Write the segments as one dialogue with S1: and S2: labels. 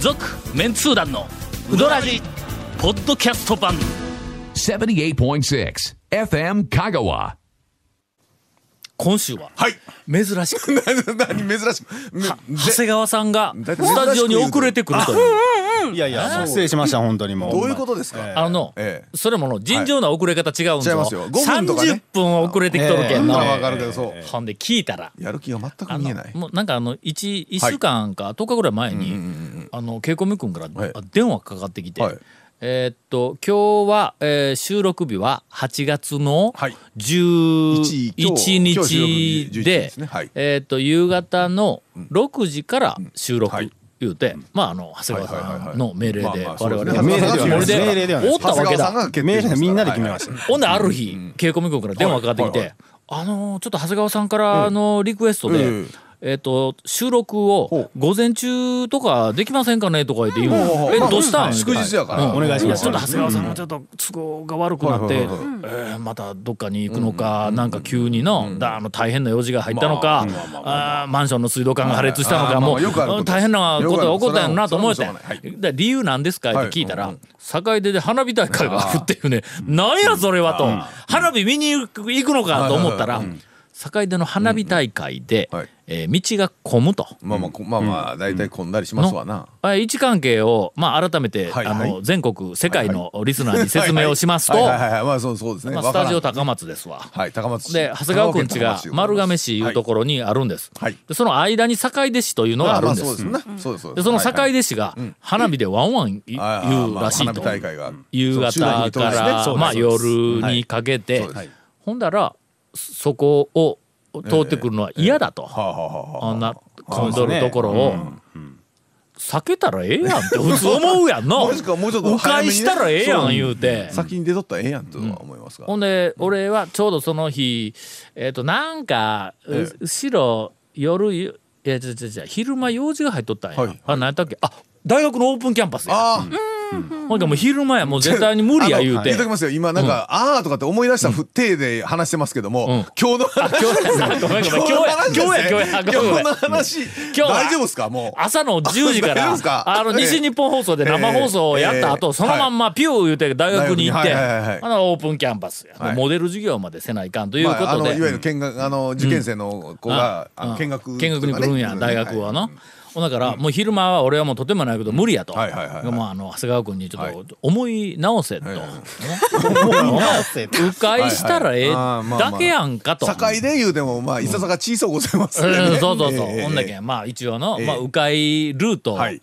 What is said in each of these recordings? S1: 続メンツー団のウドラジポッドキャスト版
S2: 78.6 FM Kagawa.
S1: 今週は
S3: はい。
S1: 珍しく
S3: 何珍しく。ね
S1: 長谷川さんが
S3: だ
S1: ス
S3: って珍しく言うと
S1: タジオに遅れてくるという
S4: いやいや、失礼しました、本当にもう。
S3: どういうことですか。
S1: あのの、
S3: ええ
S1: それもの尋常な遅れ方違うんぞ、
S3: はい違いますよ5分とかね
S1: 30分は遅れてきとるけん
S3: な
S1: の、
S3: らわかるけど、そう。
S1: ほんで聞いたら
S3: やる気が全く見えない。
S1: もうなんかあの 1, 一週間か10日ぐらい前に、あのケイコミ君から
S3: はい
S1: あ電話かかってきて、
S3: はい
S1: えーっと今日は、えー収録日は8月の
S3: はい
S1: 11
S3: 今日収録日
S1: 日で
S3: 11ですねはい
S1: えーっと夕方の6時から収録、
S3: はい
S1: 言うて、まああの長谷川さんの命令
S3: はいはい
S1: で
S3: はい
S1: 我
S3: まあまあ
S1: 々
S3: そうですね
S1: は
S3: 命令ではな
S1: これ
S3: いです
S4: 命令ではない
S1: お
S4: で
S1: っ
S4: す
S1: た
S3: 長
S1: わけ
S3: 谷川さん
S1: だ。
S3: が決
S4: メ
S3: 定
S4: ールでみんなで決めましたた。
S1: ほんである日、稽古見君から電話かかってきて、
S3: はいは
S1: あのーちょっと長谷川さんからのリクエストで、
S3: うん
S1: えっと収録を
S3: ほ
S1: 午前中とかできませんかねとか言って言う
S3: ほうほ
S1: の、
S3: う
S1: え
S3: まあ
S1: どうしたん、
S3: 祝日やから
S1: うん
S4: お願いします
S1: やちょっと長谷川さんもちょっと都合が悪くなって、えーまたどっかに行くのか、なんか急にの,、だあの大変な用事が入ったのか、あーマンションの水道管が破裂したの
S3: はい
S1: か、
S3: あー
S1: も
S3: まあよくある
S1: う
S3: ことです
S1: 大変なことが起こったんやろなと思って、
S3: よくあるそれはもうそれはもうしょうがない
S1: で理由なんですかって聞いたら、
S3: はい
S1: 境出で花火大会があるっていうね、 なんやそれはと、花火見に行く行くのかと思ったら、境出の花火大会で、
S3: うんはい
S1: えー道が混むと。
S3: まあまあこまあまあ大体こんなりしますわな。
S1: あ位置関係を、まあ、改めて、
S3: はい
S1: あ
S3: は
S1: の
S3: い
S1: 全国世界のリスナーに説明をしますと
S3: はいは
S1: ま
S3: いはいはいまあそうそうですね。
S1: あスタジオ
S3: わからん
S1: 高松ですわ。
S3: はい高松市
S1: で長谷川くんちが丸亀市いうところにあるんです、
S3: はい
S1: でその間に坂出市というのがあるんです、
S3: まそうですね。そうですそう
S1: で
S3: です。
S1: その坂
S3: はいはい
S1: 出市が花火でワンワンい言
S3: あー
S1: う
S3: まあ
S1: らしい
S3: 花
S1: と
S3: 火大会が
S1: 夕
S3: そう周
S1: 方
S3: 辺
S1: か
S3: に通るんで
S1: ら、
S3: すね
S1: まあ、
S3: そうです
S1: 夜にかけて、
S3: そうですはい
S1: ほんだらそこを通ってくるのは嫌だと、
S3: はあはあはあはあ
S1: あんな混んどるところを、避けたらええやんって普通思うやんの
S3: もしくはもうちょっと
S1: 迂
S3: 早め
S1: 回
S3: にね
S1: したらええやん言うて。
S3: 先に出とったらええやんとは思いますが。
S1: ほんで俺はちょうどその日えっ、となんか、う
S3: ええ
S1: 後ろ夜いや違う違う違う昼間用事が入っとったんや、
S3: はいはい
S1: あ何やったっけあ大学のオープンキャンパスや
S3: ああ
S1: ほんでもう昼間やもう絶対に無理や言うて
S3: 言っときますよ今なんかああとかって思い出したふ手で話してますけど
S1: うん
S3: も今日の
S1: 今
S3: 話
S1: 日や ごめんごめん今日や今日や今日やご
S3: 今
S1: めんごめ
S3: 日
S1: ん
S3: の話
S1: 今日は
S3: 大丈夫ですかもう
S1: 朝の10時か
S3: 大丈夫
S1: ら
S3: ですか
S1: あの
S3: ええ
S1: 西日本放送で生放送をやった後、
S3: ええ
S1: そのまんまピュー言うて大学に行って、
S3: はいはいはいはい
S1: あのオープンキャンパスや、
S3: はい
S1: モデル授業までせないかんというこ
S3: ま
S1: とで、
S3: ああのいわゆる見学あの受験生の子があの見学
S1: 見学に来るんや、
S3: とか
S1: 大
S3: ね
S1: 学はな、
S3: い
S1: ほんだから、もう昼間は俺はもうとてもないけど無理やと、
S3: はいはいはいはい
S1: もうあの長谷川君にちょ
S3: は
S1: っと思い直せと、
S3: いはい
S1: ね迂回したらええ
S3: はいはいあーまあまあ
S1: だけやんかと。
S3: 境で言うてもまあいささか小さうございますんで
S1: うん
S3: ね
S1: そうそうそう、
S3: ええ
S1: ほんだけまあ一応の、
S3: ええ
S1: まあ、迂回ルートを、
S3: はい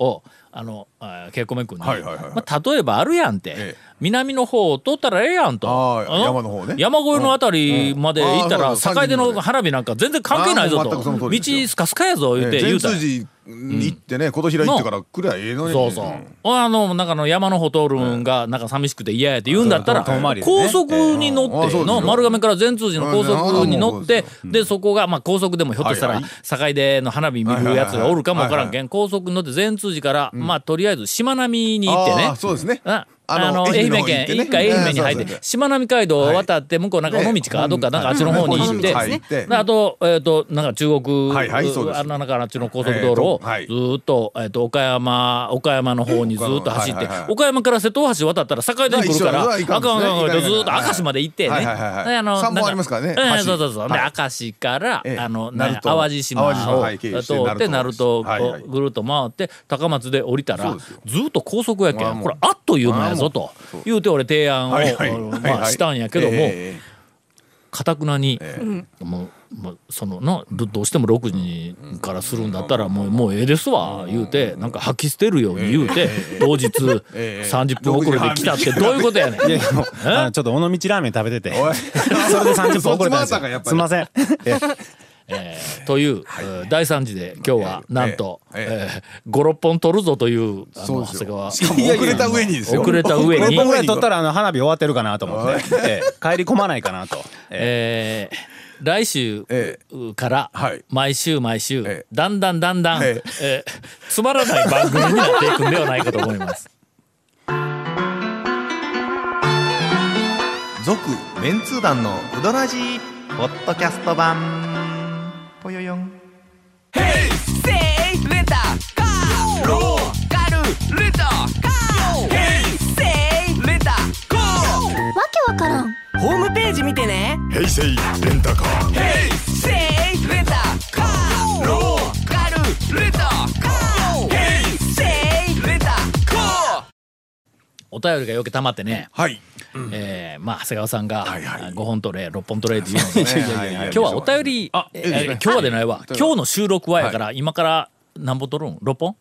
S1: あのあー稽古目君に、
S3: はいはいはいはい
S1: まあ、例えばあるやんて、
S3: ええ
S1: 南の方を通ったらええやんと
S3: あー
S1: あ
S3: 山の方ね
S1: 山越えのあたりまで行ったら、
S3: うんあーそう
S1: 境出の
S3: 30
S1: 花火なんか全然関係ないぞ
S3: あーもう全くその
S1: と
S3: 通
S1: 道
S3: りですよ
S1: スカスカやぞ言うて、
S3: ええ
S1: 言
S3: 善
S1: うたら
S3: 通寺に行ってね琴平行ってから来りゃええのに
S1: そうそう、あのなんかあの山の方通るんがなんか寂しくて嫌やって言うんだったら、
S4: そう遠回りでね
S1: 高速に乗
S3: ええあ
S1: って
S3: あそうです
S1: の
S3: よ
S1: 丸亀から善通寺の高速に乗って
S3: ああもうそう
S1: でそこがまあ高速でもひょっとした
S3: は
S1: ら
S3: いは
S1: 境出の花火見るやつがおるかもわからんけん高速に乗って善通寺からまあとりあえずしまなみに行って
S3: あ
S1: ね
S3: ーそうですね
S1: あ
S3: あの
S1: あの愛
S3: 愛媛の
S1: 媛
S3: 方
S1: 県
S3: 行ってね
S1: 一回愛媛に入っ
S3: うんそうそうそ
S1: て
S3: う
S1: しまなみ海道を渡って向こうなんか尾道か
S3: ね
S1: どっかなんかあっちの方に行って
S3: はいはい
S1: であとえっとなんか中国
S3: はいはいそうです
S1: あのなんかあっちの高速道路を
S3: えーとはい
S1: ずーっとえっと岡山岡山の方にずーっと走っ
S3: は
S1: て
S3: いはいはい
S1: 岡山から瀬戸大橋渡ったら境出に来るから
S3: まあ
S1: 赤
S3: 一緒
S1: 赤
S3: だそれはいかん
S1: 赤
S3: ですね
S1: ずーっと明石まで行ってね
S3: はいはいはいはい
S1: での
S3: 三本
S1: なん
S3: ありますからね
S1: えー
S3: 橋
S1: そうそうそうで
S3: は
S1: 明石から
S3: ええ
S1: あのなん
S3: 鳴
S1: や
S3: 門
S1: 淡路島
S3: 淡路島
S1: を
S3: はい経由して
S1: 通って
S3: 鳴
S1: 鳴
S3: 門
S1: 門を
S3: はいはい
S1: ぐるっと回って高松で降りたら
S3: そう
S1: ず
S3: ですよ
S1: ーっと高速やけんこれあっという間やぞと言うて俺提案を
S3: はいはいはい
S1: ま
S3: は
S1: あ
S3: い
S1: したんやけども
S3: え
S1: かたくなに
S3: え
S1: もうもうそのなどどうしても6時からするんだったらもうもうええですわ言うてなんか吐き捨てるように言うて当日
S3: ええ
S1: 30分遅れて来たってどういうこと やねん。
S4: いやいや、もうあのちょっと尾道ラーメン食べてて。
S3: おい
S4: それで30分遅れたんです
S3: そっちもあったかやっぱ
S4: よ。
S3: り
S4: すいません。
S1: えーという、えー大惨事で今日はなんと、
S3: ええ
S1: えー56本取るぞというあ
S3: そう
S1: の
S3: で
S1: 長
S3: すよ
S1: 谷川
S3: しかも遅れた上にですよ
S1: 遅れた上
S4: 6
S1: に
S4: 分ぐらい取ったらあの花火終わってるかなと思って、ええ帰り込まないかなと。え
S1: えー来週
S3: え
S1: から
S3: はい
S1: 毎週毎週、
S3: ええ
S1: だんだんだんだん、
S3: ええ
S1: えーつまらない番組になっていくんではないかと思います。
S5: 続メンツー団のウドラジーポッドキャスト版ぽよよん
S6: セイレタカーローカルージ見てね
S7: 平成レンタカー
S6: せいレタカーローカルレタカーせいレタカー
S1: お便りがよく溜まってね、
S3: はい。
S1: えーまあ長谷川さんが
S3: はいはい
S1: 5本取れ6本取れっていうので
S3: いやいやいや
S1: 今日はお便りあ、えー
S3: いいですね
S1: 今日はでないわ今日の収録はやから今から何本取るん6本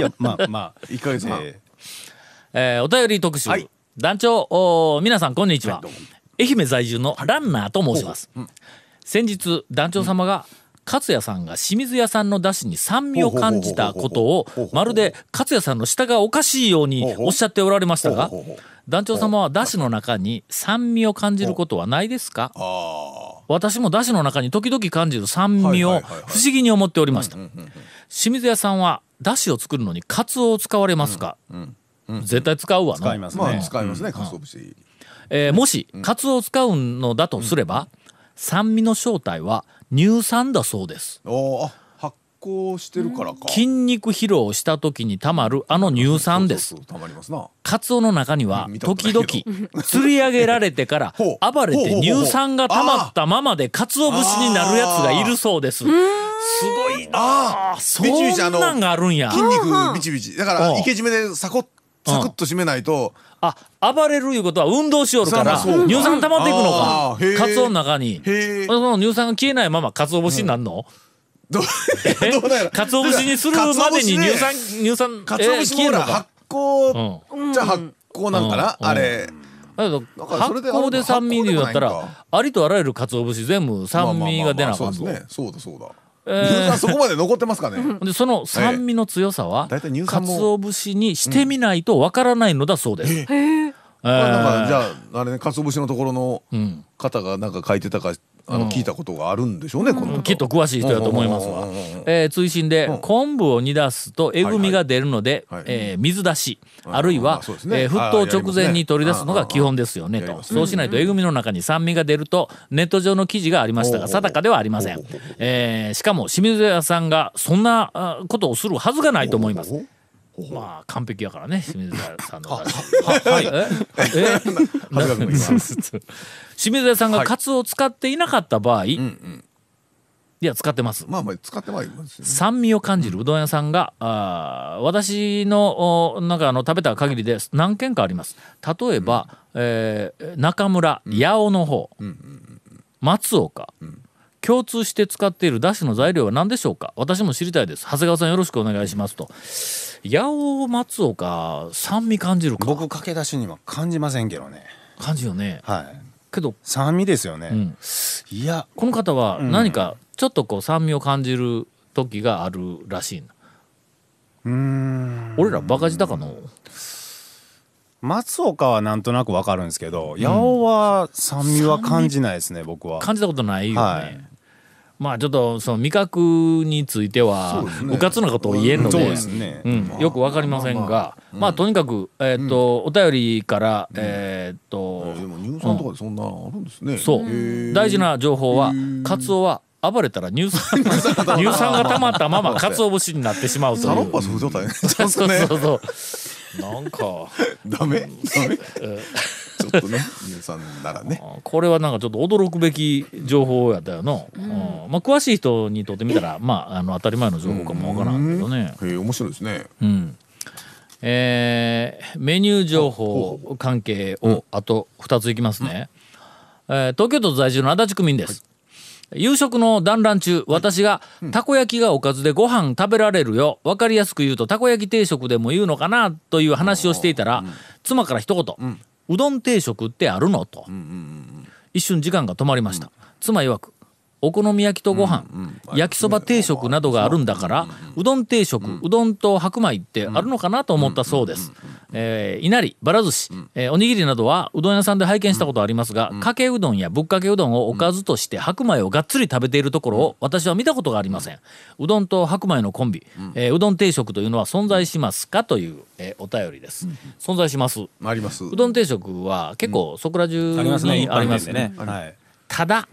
S4: やまあまあ
S3: 一ヶ月半。
S4: え
S1: えーお便り特集、
S3: はい
S1: 団長おー皆さんこんにちは、愛媛在住のランナーと申します、先日団長様が、勝也さんが清水屋さんの出汁に酸味を感じたことをまるで勝也さんの舌がおかしいようにおっしゃっておられましたが団長様は出汁の中に酸味を感じることはないですか私も出汁の中に時々感じる酸味を不思議に思っておりました清水屋さんは出汁を作るのにカツオを使われますか、絶対使うわな
S4: 使いますね、
S3: まあ使いますね、かつお節。
S1: えーもしカツオを使うのだとすれば、酸味の正体は乳酸だそうです
S3: おーあ発酵してるからか。
S1: 筋肉疲労をした時にたまるあの乳酸です
S3: そうそうそうたまりますな。
S1: カツオの中には
S3: うん見たこと
S1: 時
S3: ないけど
S1: 々釣り上げられてから
S3: ほう
S1: 暴れ
S3: ほうほ
S1: て
S3: うほう
S1: 乳酸が溜まったままでカツオ節になるやつがいるそうですすごいなあそ
S3: びちびちあ
S1: ん
S3: の
S1: なんがあるんや
S3: 筋肉ビチビチ。だから
S1: うん
S3: 生け締めでサコッサクッと締めないと。
S1: あ暴れるいうことは運動しよるから
S3: そうか
S1: 乳酸溜まっていくの
S3: あーへ
S1: か
S3: ー
S1: カツオの中に
S3: へー
S1: その乳酸が消えないままカツオ節になるの、
S3: どう
S1: え
S3: どうだよ。
S1: かつお節にするまでに乳酸乳酸
S3: かつお節もほら
S1: か
S3: 発酵じゃ発酵なんかな
S1: うん
S3: あれ。
S1: だけど
S3: だ
S1: 発
S3: からそれで
S1: 酵で酸味でだった
S3: 発酵でもない
S1: らありとあらゆるかつお節全部酸味が出な
S3: ま
S1: か
S3: あまあまあ
S1: った
S3: そう
S1: と
S3: ですね。そうだそうだ。
S1: えー
S3: 乳 酸そこまで残ってますかね。
S1: でその酸味の強さは
S3: ええ大体乳
S1: か
S3: 酸も
S1: つお節にしてみないとわからないのだそうです。え
S3: ま
S1: ー
S3: あなんかじゃああれね鰹節のところの
S1: ん
S3: 方がなんか書いてたかあの聞いたことがあるんでしょうね、この方
S1: きっと詳しい人だと思いますわ
S3: うんうんうんうんうん。
S1: えー追伸で、昆布を煮出すとえぐみが出るので、
S3: はいはい
S1: えー水出し、あるい
S3: あ
S1: は
S3: ー、そうですね
S1: えー沸
S3: あーやります
S1: 騰
S3: ね
S1: 直前に取り出すのが基本ですよね
S3: うんうんうん
S1: と。
S3: やります
S1: そうしないとえぐみの中に酸味が出ると、ネット上の記事がありましたが、
S3: ほうほう
S1: 定かではありません
S3: ほうほうほう。
S1: えーしかも清水屋さんがそんなあーことをするはずがないと思います。まあ完璧やからね清水屋さんの出しはい ええ
S3: 長谷川君 が今
S1: 清水屋さんがカツオを使っていなかった場合、いや使ってます、
S3: まあまあ使ってはいますよね
S1: 酸味を感じるうどん屋さんが、あー私のおなんかあの食べた限りで何軒かあります例えば、えー中村八尾の方、松岡、共通して使っているだしの材料は何でしょうか私も知りたいです長谷川さんよろしくお願いしますと八尾松岡酸味感じるか
S4: 僕駆け出しには感じませんけどね
S1: 感じよね
S4: はい
S1: けど
S4: 酸味ですよね、
S1: ん
S4: いや
S1: この方は何かちょっとこう酸味を感じる時があるらしいなうん俺らバカ舌かの
S4: 松岡はなんとなくわかるんですけど、八尾は酸味は感じないですね僕は
S1: 感じたことないよね、
S4: はい
S1: まあちょっとその味覚についてはうかつなことを言えんので
S4: そうですね、
S1: うん、よくわかりませんが、まあとにかく、えーっとお便りから、えーっと、
S3: でも乳酸とかでそんなあるんですね、
S1: そう
S3: へー
S1: 大事な情報はカツオは暴れたら 乳酸乳酸が溜まった ままカツオ節になってしまうと
S3: サロ
S1: い
S3: ン
S1: う。
S3: パス不状態ねち
S1: そう
S3: ょっ
S1: そ
S3: と
S1: う
S3: ね
S1: そう。なんか、
S3: ダメダメちょっとね乳酸ならね
S1: これはなんかちょっと驚くべき情報やったよな。うんまあ、詳しい人にとってみたら、まあ、あの、当たり前の情報かもわからんけどね。
S3: へえ面白いですね
S1: うん。えーメニュー情報関係をあと2ついきますね。えー東京都在住の足立区民です。夕食の団らん中、私が、たこ焼きがおかずでご飯食べられるよ。わかりやすく言うと、たこ焼き定食でも言うのかな、という話をしていたら、妻から一言、うどん定食ってあるのと。一瞬時間が止まりました。妻曰く、お好み焼きとご飯、焼きそば定食などがあるんだから、うどん定食、うどんと白米ってあるのかなと思ったそうです。えーいなり、ばら寿司、えーおにぎりなどはうどん屋さんで拝見したことありますが、かけうどんやぶっかけうどんをおかずとして白米をがっつり食べているところを私は見たことがありません。うどんと白米のコンビ、えーうどん定食というのは存在しますかという、えーお便りです。存在します。
S3: あります
S1: うどん定食は結構そこら中に
S4: あ
S1: ありますね。
S4: ね、はい、
S1: ただ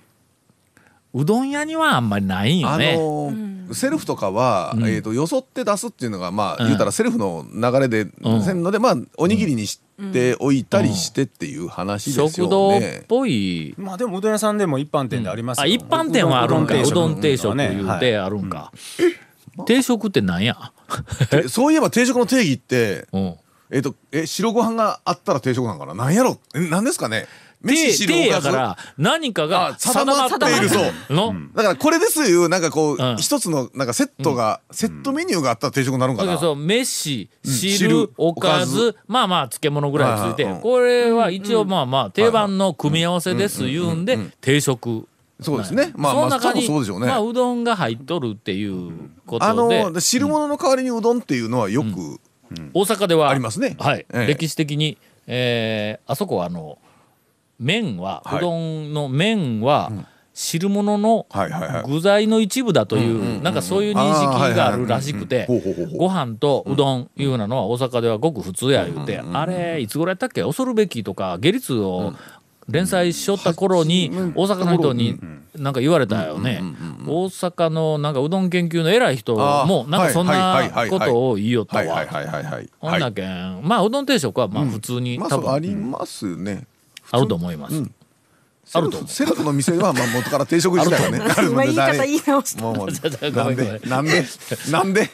S1: うどん屋にはあんまりないんよ
S3: あの
S1: ね。
S3: ーセルフとかは、えー、とよそって出すっていうのがまあ、言うたらセルフの流れで
S1: ん
S3: せんので、まあ、おにぎりにしておいたりしてっていう話です
S1: 食
S3: よ
S1: 堂っ
S3: ね。
S1: ぽい、
S4: まあでもうどん屋さんでも一般店でありますよ
S1: あ一般店はあるんかうどん定食
S4: ね
S1: いう
S4: はい
S1: てあるんか、定食ってなんや、
S3: えそういえば定食の定義って、
S1: うん、
S3: えーとえ白ご飯があったら定食なんかななんやろえなんですかね
S1: 定
S3: 飯白
S1: 定
S3: お
S1: や
S3: かず
S1: から何かが
S3: あ定
S1: 定
S3: ま
S1: ま
S3: っ
S1: っててい
S3: いる
S1: る
S3: そう
S1: の、
S3: だからこれですいうなんかこう、
S1: うん
S3: 一つのなんかセットが、セットメニューがあったら定食になるんか
S1: だけ
S3: な、
S1: どそう飯
S3: ん
S1: 汁、
S3: 汁
S1: おか
S3: お
S1: ずまあまあ漬物ぐらいついて、
S3: はいはいうん
S1: これは一応まあまあ定番の組み合わせですいうんで定食
S3: そうですねまあ
S1: その
S3: まあ
S1: 中
S3: 多分
S1: に
S3: そうでしょうね。
S1: まあうどんが入っとるっていうこ
S3: あ
S1: と
S3: の
S1: で、
S3: ー汁物の代わりにうどんっていうのはよく、
S1: 大阪では
S3: ありますね
S1: はい
S3: ええ
S1: 歴史的に、えーあそこはあの麺は、
S3: はいう
S1: どんの麺は、汁物の
S3: はいはいはい
S1: 具材の一部だというなんかそういう認識があるらしくて
S3: あーはいはいはいうんうんほうほうほうほ
S1: ご飯とうどんいうなのは大阪ではごく普通や言うてあれいつぐらいやったっけ恐るべきとか下律を連載しよった頃に大阪の人になんか言われたよね大阪のなんかうどん研究の偉い人も
S3: あー
S1: なんかそん
S3: はいはい
S1: な
S3: はいはい
S1: ことを言いよった
S3: はいは
S1: わ
S3: いはいはいはい
S1: ほん
S3: は
S1: だ
S3: い
S1: けんまあうどん定食はまあ普通に
S3: まあ
S1: 多
S3: そうあ
S1: 分
S3: りますね
S1: あると思います。
S3: セ
S1: あ
S3: ル
S1: ると思
S3: フセルフの店はまあ元から定食自体はねあるの
S8: 今
S3: で
S8: 言い方
S3: 誰
S8: 言い直した
S3: もう もう
S1: ごめんごめ
S3: なんで
S1: ん
S3: なんでな んで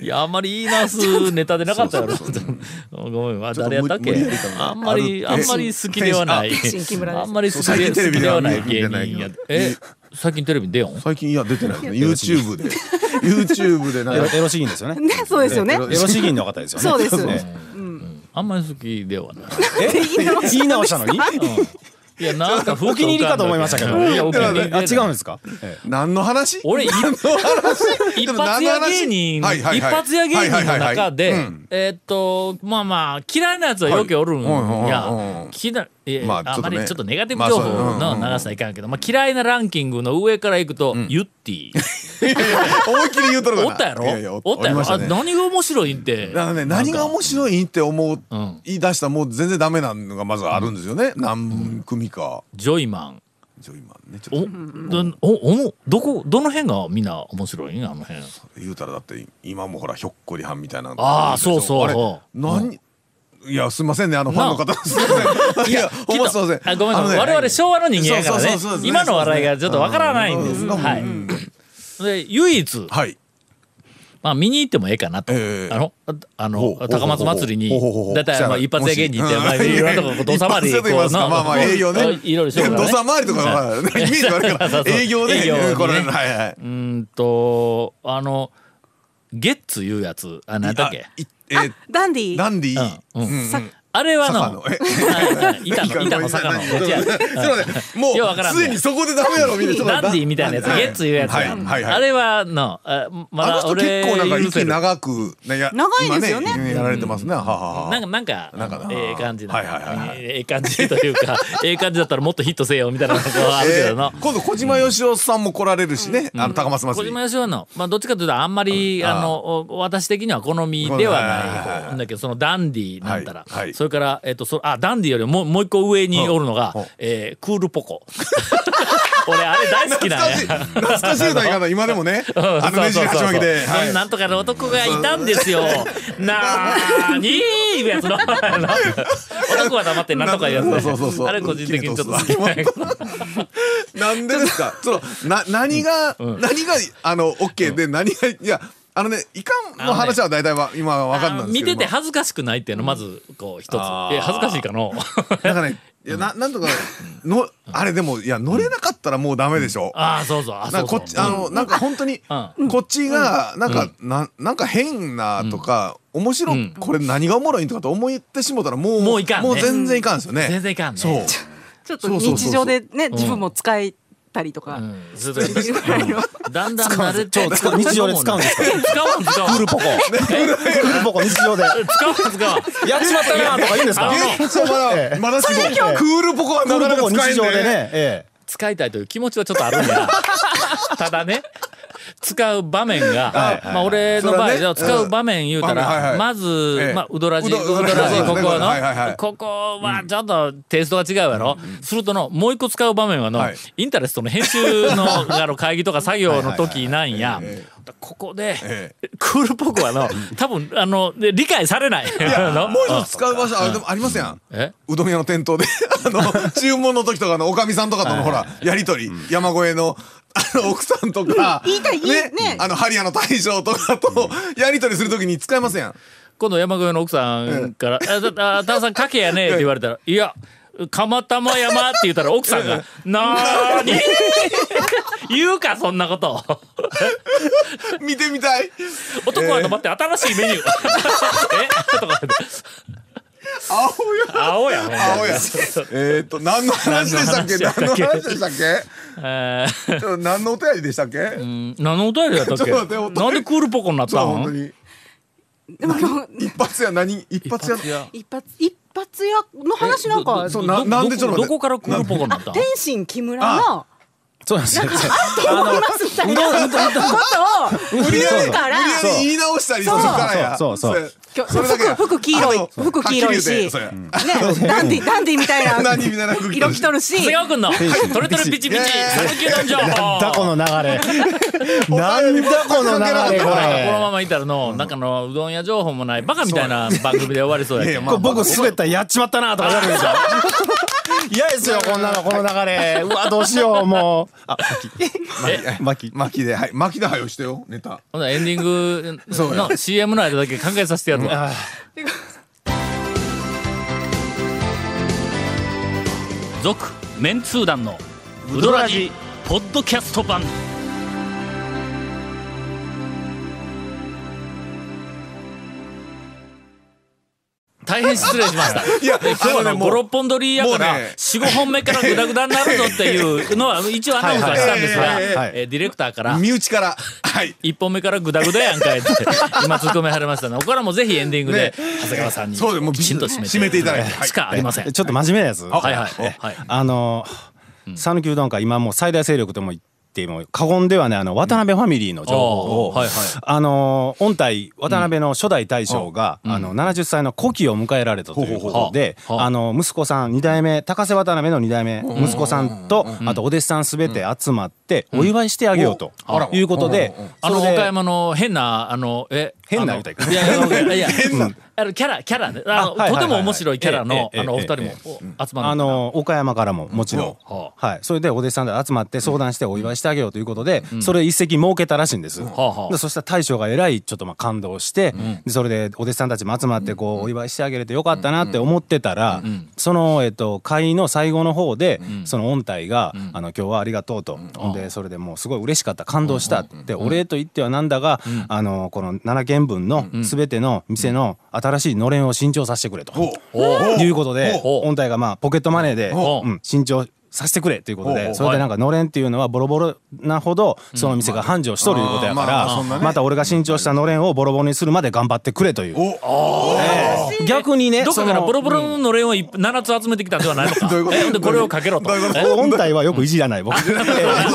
S1: いやあんまり言い直すネタでなかったやろ。
S3: そうそう
S1: ごめん、あ誰やったっ
S3: ちょっと
S1: け
S3: 無理無理やりか？な
S1: あんまり
S3: あ
S1: あ
S3: る
S1: んまり好きではない。
S8: 天心木村です
S1: あんまり好き
S3: 最
S1: で
S3: 近テレ
S1: 好きで
S3: ビで
S1: は
S3: は
S1: ない
S3: 見
S1: 芸
S3: てない
S1: 人や。え、最近テレビに出よん？
S3: 最近いや出てないですね YouTube で YouTube でなん
S4: エロ
S3: か
S4: エロ詩吟 ですよね
S8: ね、そうですよね。
S4: エロ詩吟の方ですよね
S8: そうです
S4: ね
S1: あんまり好きではない。
S4: え言い直したのに
S1: いやなんか
S4: お気に入りかと思いましたけど
S1: いやお気に入り。
S4: あ違うんですかええ
S3: 何の話
S1: 俺一 一
S3: でも何
S1: 発
S3: の
S1: 屋
S3: 話
S1: 芸人、
S3: はいはいはい
S1: 一発屋芸人の中で、
S3: はいはいはいは
S1: えーっとまあまあ嫌いなやつはよくおるんや、
S3: はいうんうんうんうん
S1: 嫌いえ
S3: まあ
S1: あ
S3: ちょっとね
S1: まりちょっとネガティブ情報
S3: まあ
S1: の
S3: そう
S1: 長さはいかんけど、まあ、嫌いなランキングの上からいくと、ユッティ
S3: 思いっきり言うとるかな
S1: おったやろ
S3: いいや
S1: おったや
S3: り
S1: ろ
S3: まし
S1: あ
S3: たね
S1: 何が面白いって
S3: だからね何が面白いって思う、
S1: ん
S3: 言い出したらもう全然ダメなのがまずあるんですよね、何組か
S1: ジョイマン
S3: ジョイマンねちょ
S1: お,、
S3: っと
S1: おおおどこどの辺がみんな面白いんあの辺
S3: 言うたらだって今もほらひょっこりはんみたいなの
S1: あーそうそう
S3: あれ
S1: そう
S3: 何、いやすいませんねあのファンの方すいませんいやほんますいません
S1: あごめんご
S3: あ
S1: め
S3: の
S1: ん、
S3: ね
S1: 我々昭和の人間やからね
S3: そうそうそうそう
S1: 今の笑いがちょっとわからないんです、
S3: うん
S1: はい、
S3: うん
S1: で唯一、
S3: はい
S1: まあ、見に行ってもええかなと、
S3: ええ
S1: あのああ
S3: ほ
S1: の
S3: うほう
S1: 高松祭り
S3: ほうほう
S1: に
S3: ほうほう
S1: だいたいまあ
S3: そうや
S1: 一発屋芸人って、
S3: もし
S1: まあ、いろんなとこ土佐回り
S3: 一発屋と言いますか
S1: の
S3: まあまあ営業ね
S1: いろいろしてるから
S3: 土
S1: ね
S3: 佐回りとかは イメージがあるか
S1: そう
S3: ら
S1: そう
S3: 営業で
S1: 営業にね
S3: うんこれはいはい
S1: ー
S3: う
S1: んとあのゲッツいうやつあ何だっけ
S3: あいえー
S8: ダンディ。
S3: ダンディ
S1: うんうん
S3: うん
S1: あれは
S3: 坂
S1: の
S3: のえ
S1: 板の板の坂の
S3: 何
S1: こっちや
S3: すいませんも
S1: ようわから
S3: うんすでにそこでダメやろみんなちょっと
S1: ダンディみたいなやつ、ゲッツいうやつ
S3: はい
S1: や、
S3: はいはい
S1: あれはの、あま
S3: あの
S1: だ
S3: 人
S1: 俺
S3: 結構なんか
S1: 許せ
S3: 息
S1: る
S3: 長くねや
S8: 長いですよね
S3: 今やられてますねはははは
S1: なんか、なんか、
S3: なんかな
S1: ええ感じな、
S3: はいはいはいはい
S1: ええ感じというか、 ええ感じだったらもっとヒットせよみたいなのがあるけどな
S3: え。ー今度小島よしおさんも来られるしねあの高松
S1: 小
S3: 祭り
S1: 島よしおの、まあ、どっちかというとあんまり、あのお私的には好みではない方なんだけどそのダンディなんたら、
S3: はいはい
S1: それから、えっとそあダンディよりももう一個上におるのが、
S3: うんうん
S1: えークールポコ 俺あれ大好きなん
S3: 懐か
S1: や
S3: しい懐かしい歌い方今で もねあのねじり鉢巻きで
S1: そんなんとかの男がいたんです よ。なーにーいうやつの。あの男は黙ってなんとかいうやつね
S3: そうそうそうそう
S1: あれ個人的にちょっと好きなんやけど。
S3: なんでですかそのな何が何があの OK で何がいやあのねいかんの話は大体は今は分かんないんです
S1: 見
S3: けど
S1: てて恥ずかしくないっていうの、まず、こう、一つ。
S3: あー
S1: え、恥ずかしいかの
S3: なんかね、いやななんとかのあれでもいや乗れなかったらもうダメでしょ。
S1: ああ、そうそう、あそ
S3: なん
S1: う
S3: か
S1: そ
S3: こ
S1: う
S3: っちあのなんか本当にこっちがなんかなんなんか変なとか面白いこれ何がおもろいんとかと思ってしもたらもう
S1: もういかんね
S3: もう全然いかんですよね。
S1: 全然いかんね。
S3: そう。
S8: ちょっと日常でね、
S1: そうそうそう
S8: 自分も使えたりとか。
S1: うんずっと
S8: するぐらいの
S1: だんだん慣れて
S4: 使うんですか日常で使うんですか
S1: 使わん使わん
S4: クールポコクールポコ日常で
S1: 使わん使わん
S4: やっちまったなとか言うんですか
S1: あ
S3: えそうまだまだしもクールポコは
S4: クー
S3: なか
S4: ル
S3: な
S4: ポ
S3: か
S4: コ
S3: 使え
S4: 日
S3: んね
S4: 常でねええ
S1: 使いたいという気持ちはちょっとあるんだただね使う場面が、
S4: はい
S1: まあ俺の場合では
S3: それ
S1: 使
S3: はね
S1: う場面言うたら、
S3: うんはいはい
S1: まず、
S3: ええ
S1: まあウドラジ
S3: う
S1: ウ
S3: ど
S1: ドラジ
S3: う
S1: ここ
S3: どらじ
S1: はの、
S3: はいはいはい
S1: ここはちょっとテイストが違うやろ、するとのもう一個使う場面はの、
S3: はい
S1: インタレストの編集のあの会議とか作業の時なんや、ここで、
S3: え
S1: クールっぽくはの多分あので理解されないの
S3: もう一つ使う場所あでもありますやん
S1: え
S3: うどん屋の店頭で あの注文の時とかのおかみさんとかとのほらやりとり山越えのあの奥さんとか
S8: 言いたい言いね
S3: あのハリアの大将とかとやりとりするときに使えますやん
S1: 今度山越えの奥さんから「あたあ田中さんかけやね」って言われたら「いや釜玉山」って言ったら奥さんが「なーに? 」 言うかそんなこと
S3: 見てみたい
S1: 男は黙って新しいメニュー えとか言って
S3: 青や
S1: 青やほんま
S3: 青やえーっと何の話でしたっけ
S1: 何
S3: 何
S1: の
S3: の
S1: 話
S3: 話でしたっけ
S1: えー
S3: ちょ何のお便りでしたっけ
S1: うん何のお便りだったっけ
S3: ちょっと待ってお便り
S1: なんでクールポコになっ
S3: そう
S1: た
S3: 本当
S1: ん
S3: に
S8: でもあの
S3: 一発や何一発や
S1: いや
S8: 一発一発屋の話なんか
S1: えど
S3: うな
S1: ど
S3: なんでちょっと待って
S1: どこからクールポコになったん
S8: 天心木村の
S4: そうなんですよ。
S8: 思いますみたいなことを
S3: 無理やり
S8: そう
S3: 無理やり言い直したりするからや
S4: そうそうそう
S8: 今日
S3: れだけや
S8: 服服黄色い
S3: あの
S8: 服黄色い
S3: はっきり言う
S8: して
S3: そうや
S8: ねダンディダンディみたい な
S3: 何みたいな服着て
S8: 色着とるし
S1: 長谷川君のトレトレピチピチ
S3: いや
S1: 讃岐うどん情報
S4: なんだこの流れ。なんだこの流れ
S1: ほらこの
S4: こ
S1: ま
S4: れ。
S1: まいたらの、なんかのうどん屋情報もないバカみたいな番組で終わりそうやけ
S3: いやい
S1: ん
S3: や
S4: これ僕滑ったらやっちまったなとかなるんですよ。嫌ですよこんなのこの流れ。うわどうしようもう。あ
S3: 巻き巻きではい巻きではよしてよネタ
S1: ほんならエンディング
S3: そうや
S1: の CM の間だけ考えさせてやるわ。続メンツー団のウドラジポッドキャスト版大変失礼しま した。
S3: いや
S1: で今日はね、
S3: あのねもう
S1: 56本撮りやか
S3: も
S1: ら
S3: うね
S1: 45本目からグダグダになるぞっていうの は一応アナウンスはしたんですが
S3: はいはいはい
S4: はい
S1: えーディレクターから
S3: 身内からはい
S1: 1本目からグダグダやんか いって今突っ込めはれましたのでこれはもうぜひエンディングで長谷川さんに
S3: そうでもう
S1: きちんと締めて
S3: 締めていただいてはい
S1: しかありません
S4: ちょっと真面目なやつ。
S1: はいはいはい
S4: あの讃岐うどん会今もう最大勢力とも言っても過言ではないあの渡辺ファミリーの情報を、
S1: おーはいはい
S4: あのー御体渡辺の初代大将が、あの70歳の古希を迎えられたということで、
S1: ほうほうほう
S4: あの息子さん2代目高瀬渡辺の2代目息子さんと、あとお弟子さん全て集まってお祝いしてあげようということで、
S1: あの
S4: それで
S1: 岡山の変なあのえ
S4: 変な
S1: あの
S4: みたいない
S1: やいやいやいや
S3: 変な
S1: あのキャラキャラねあの
S4: あはいはいはい
S1: とても面白いキャラ
S4: え
S1: の
S4: えええ
S1: あのお二人も
S4: え
S1: お集まる
S4: あの岡山からももちろん、
S1: うんは
S4: はい、それでお弟子さんで集まって相談してお祝いしてあげようということで、それ一席設けたらしいんです、
S1: はあはあ
S4: でそしたら大将がえらいちょっとまあ感動して、でそれでお弟子さんたちも集まってこう、お祝いしてあげれてよかったなって思ってたら、その、えっと会の最後の方で、その音体が、あの「今日はありがとうと」でそれでもうすごい嬉しかった感動したって、お礼と言ってはなんだが、あのこの7軒分の全ての店の新しいのれんを新調させてくれと。いうことで
S1: お
S4: 音体がまあポケットマネーで、
S1: お
S4: うん、新調させてくれということ
S1: お
S4: でそれでなんかのれんっていうのはボロボロなほどその店が繁盛しとるいうことやか
S3: あーまあそんな
S4: ら
S3: ね
S4: また俺が新調したのれんをボロボロにするまで頑張ってくれというええ逆にね
S1: どっかから
S4: その
S1: ボロボロののれんをいっ7つ集めてきたんではないのか
S3: どういうこと
S1: えほんでこれをかけろと
S3: どういうこと
S4: うん音体はよくいじらな い僕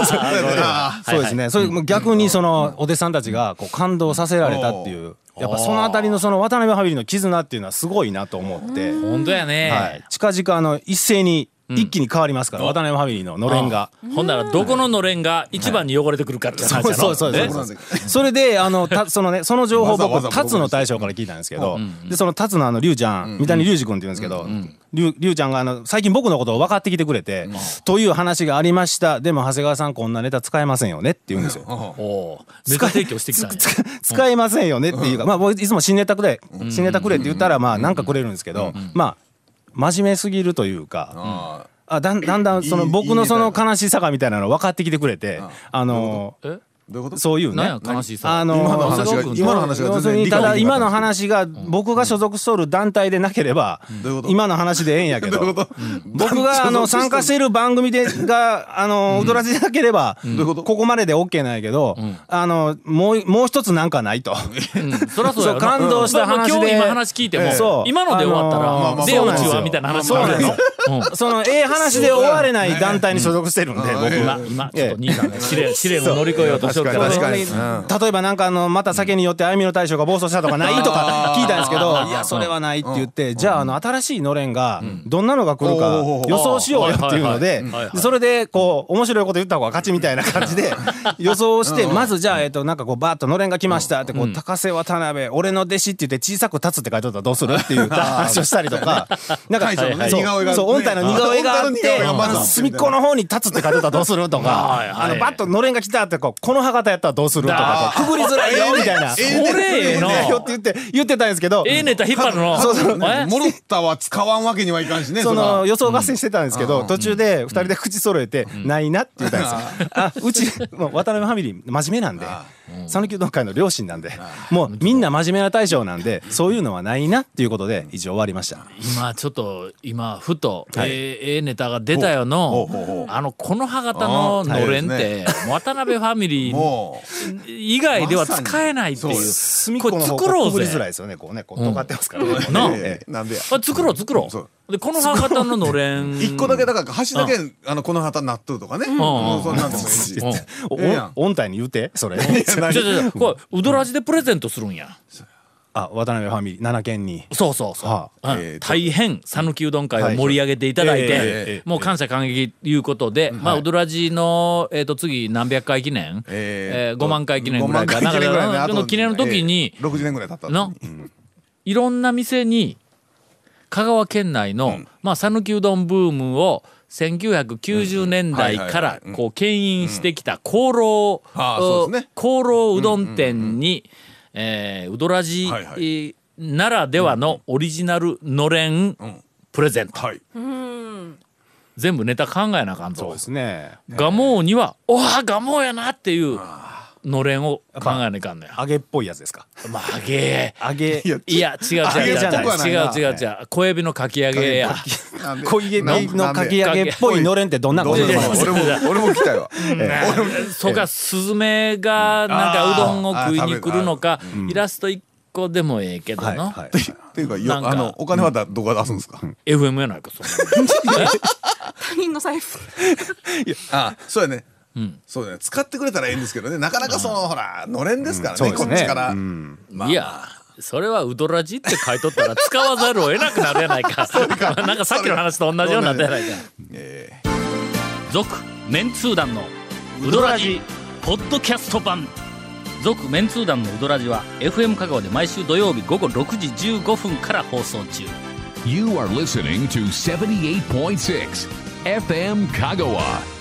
S3: あ
S4: そうですねそれも逆にそのお弟子さんたちがこう感動させられたっていうやっぱそのあたりのその渡辺ファミリーの絆っていうのはすごいなと思って。
S1: 本当やね、
S4: はい、近々あの一斉に一気に変わりますから、渡辺ファミリーののれんが。
S1: ほんならどこののれんが一番に汚れてくるかって話やろ、
S4: そうそうそう
S1: ね
S4: そう それであのたそのねその情報を
S3: わざ
S4: 僕
S3: わざ
S4: 達の大将から聞いたんですけど、でその達のあの龍ちゃん、三谷龍二君って言うんですけど、龍龍ちゃんがあの最近僕のことを分かってきてくれて、という話がありましたでも長谷川さんこんなネタ使えませんよねって言うんですよ。
S1: おうネタ提供してきたんや
S4: つ 使えませんよねっていうか、まあ、僕いつも新ネタくれ、新ネタくれって言ったら、まあ、なんかくれるんですけど、まあ、真面目すぎるというか、あだんだんだん、その、
S3: いい
S4: 僕のそ
S3: いい
S4: の
S3: ネタ
S4: 悲しさがみたいなの分かってきてくれて、あのー、
S1: え
S3: どういうこと
S4: そういう
S1: なん
S4: ね。
S1: や悲しいさ
S4: あの
S3: 今の
S4: ー
S3: 話が今の話が
S4: 要
S3: 全
S4: する
S3: 然
S4: に
S3: 理
S4: た
S3: 解
S4: だ
S3: でき
S4: 今
S3: な
S4: の
S3: かった
S4: 話が僕が所属しとる団体でなければ
S3: どういうこと
S4: 今の話でええんやけ
S3: どういう
S4: ど
S3: こと
S4: 僕 があの参加している番組でがあの踊らせなければ
S3: いうこと
S4: ここまでで OK なんやけどあのもうもう一つなんかないと。
S1: うんそりゃそうや
S4: そう
S1: ろ
S4: 感動した話で
S1: まあまあ今日今話聞いても、
S4: ええそう
S1: 今ので終わったら、
S4: あのー
S3: まあまあ
S1: で
S3: そう
S1: オ
S3: なんです
S1: チ
S3: よ
S1: はみたいな話になるやろ
S4: まあまあそのええ話で終われない団体に所属してるんで僕
S1: 今今ちょっと兄さんが試練試練を乗り越えようとしよるから
S3: 確かに
S4: 例えばなんかあのまた酒によって歩みの大将が暴走したとかないとか聞いたんですけどいやそれはないって言ってじゃああの新しいのれんがどんなのが来るか予想しようよっていうので
S1: うんはいはい
S4: でそれでこう面白いこと言った方が勝ちみたいな感じで予想してまずじゃあえっとなんかこうバーッとのれんが来ましたってこう高瀬渡辺俺の弟子って言って小さく立つって書いてあったらどうするっていう話をしたりとかなんか
S3: 大将のね
S4: そう
S3: 似顔絵が
S4: そう音体の似顔絵があっ
S3: 音体の似顔絵
S4: て
S3: がまずあって
S4: 隅っこの方に立つって書いてあったらどうするとか
S1: はいはい
S4: あのバッとのれんが来たってこうこの歯型やったらどうするとかこうくぐりづらいよみたいな。
S1: ええねそれええな
S4: だよって言って言ってたんですけど、
S1: ええネタ引っ張るの
S4: そうそう
S1: え
S3: モロッタは使わんわけにはいかんしね
S4: そ
S3: ら
S4: の予想合戦してたんですけど、途中で二人で口揃えて、ないなって言ったんですよ。あ、うち、もう渡辺ファミリー、真面目なんで、讃岐うどん会の両親なんで、もうみんな真面目な大将なんで、そういうのはないなっていうことで、一応終わりました。
S1: 今ちょっと今ふと、えーええネタが出たよの
S3: ほうほうほう
S1: あのこの歯型ののれんっ
S3: あー
S1: て、渡辺ファミリー
S3: もう
S1: 以外では使えないっていう,、
S4: 隅っ
S1: こ
S4: こ
S1: れ
S4: の方
S1: 作ろ
S4: こう
S1: う
S4: くぐりづら
S1: ぜ
S4: いですよね、こうね、こう尖ってますからね。
S1: なあ
S3: ええなんでや
S1: あ作ろう作ろ
S3: そう
S1: うでこの歯型ののれん
S3: 一個だけだから端だけあのこの旗納豆とかね
S1: ん
S3: うんそんなんでもいいし
S1: うん
S4: お
S3: ええやん
S4: お音体に言うて、それ。
S1: ちょちょちょこれうどらじでプレゼントするんや
S4: あ、渡辺ファミリー、7軒に。
S1: そうそうそう、
S4: は
S1: うん
S3: えーと
S1: 大変讃岐うどん会を盛り上げていただいて、
S4: はいえーえ
S1: もう感謝感激いうことで、まあうどらじの、えー、と次何百回記念、え
S3: えー
S1: 5万回記念ぐらいか
S3: 5万回記念ぐらい
S1: な
S3: ね
S1: んか
S3: あ
S1: そ
S3: と
S1: の記念の時に、
S3: ええ60年ぐらい経った
S1: のいろんな店に香川県内のまあ讃岐うどんブームを1990年代
S3: はいはいはい
S1: から
S3: うん
S1: こう牽引してきた功労
S3: ああそうですね
S1: 功労うどん店にえーうどらじ
S3: はいは
S1: え
S3: い
S1: ーならではのオリジナルのれん
S3: ん
S1: プレゼント
S3: はい
S1: 全部ネタ考えなあかん
S4: そう
S1: と
S4: ですね。
S1: ガモーには「おあガモーやな」っていうのれんを考えなあかんのや。
S4: 揚げっぽいやつですか。
S1: まあげえ
S4: 揚げ。
S1: いや違う違う違う違
S4: 揚げじゃないな
S1: う違う違う小エビのかき揚げや
S3: なんで
S4: 小家
S3: な
S4: のかき
S3: なんで
S4: 揚げっぽいのれんってどんな
S3: ど
S4: こ
S3: う
S4: と
S3: ぞ
S4: で
S3: ど
S4: す
S3: うぞ
S4: か
S3: 俺も俺も来たよ俺も
S1: そうかスズメがなんかうどんを食いに来るのかイラスト一個でもええけど
S4: はい
S1: な
S4: はい
S3: っていうか
S1: な
S3: よ
S1: んか
S3: あのお金はだどこから出すんですか
S1: FM やないかそん
S8: 他人の財布
S3: あそうやねそうだね使ってくれたらいいんですけどねなかなかそのほらのれんですから
S4: そう
S3: ね
S4: で
S3: こ
S4: す
S3: っ
S4: ね
S3: ちから
S1: ないやそれはうどらじって書いとったら使わざるを得なくなるやない かなんかさっきの話と同じようになったやないか続メンツー団のウドラジポッドキャスト版続メンツー団のウドラジは FM 香川で毎週土曜日午後6時15分から放送中
S2: You are listening to 78.6 FM Kagawa.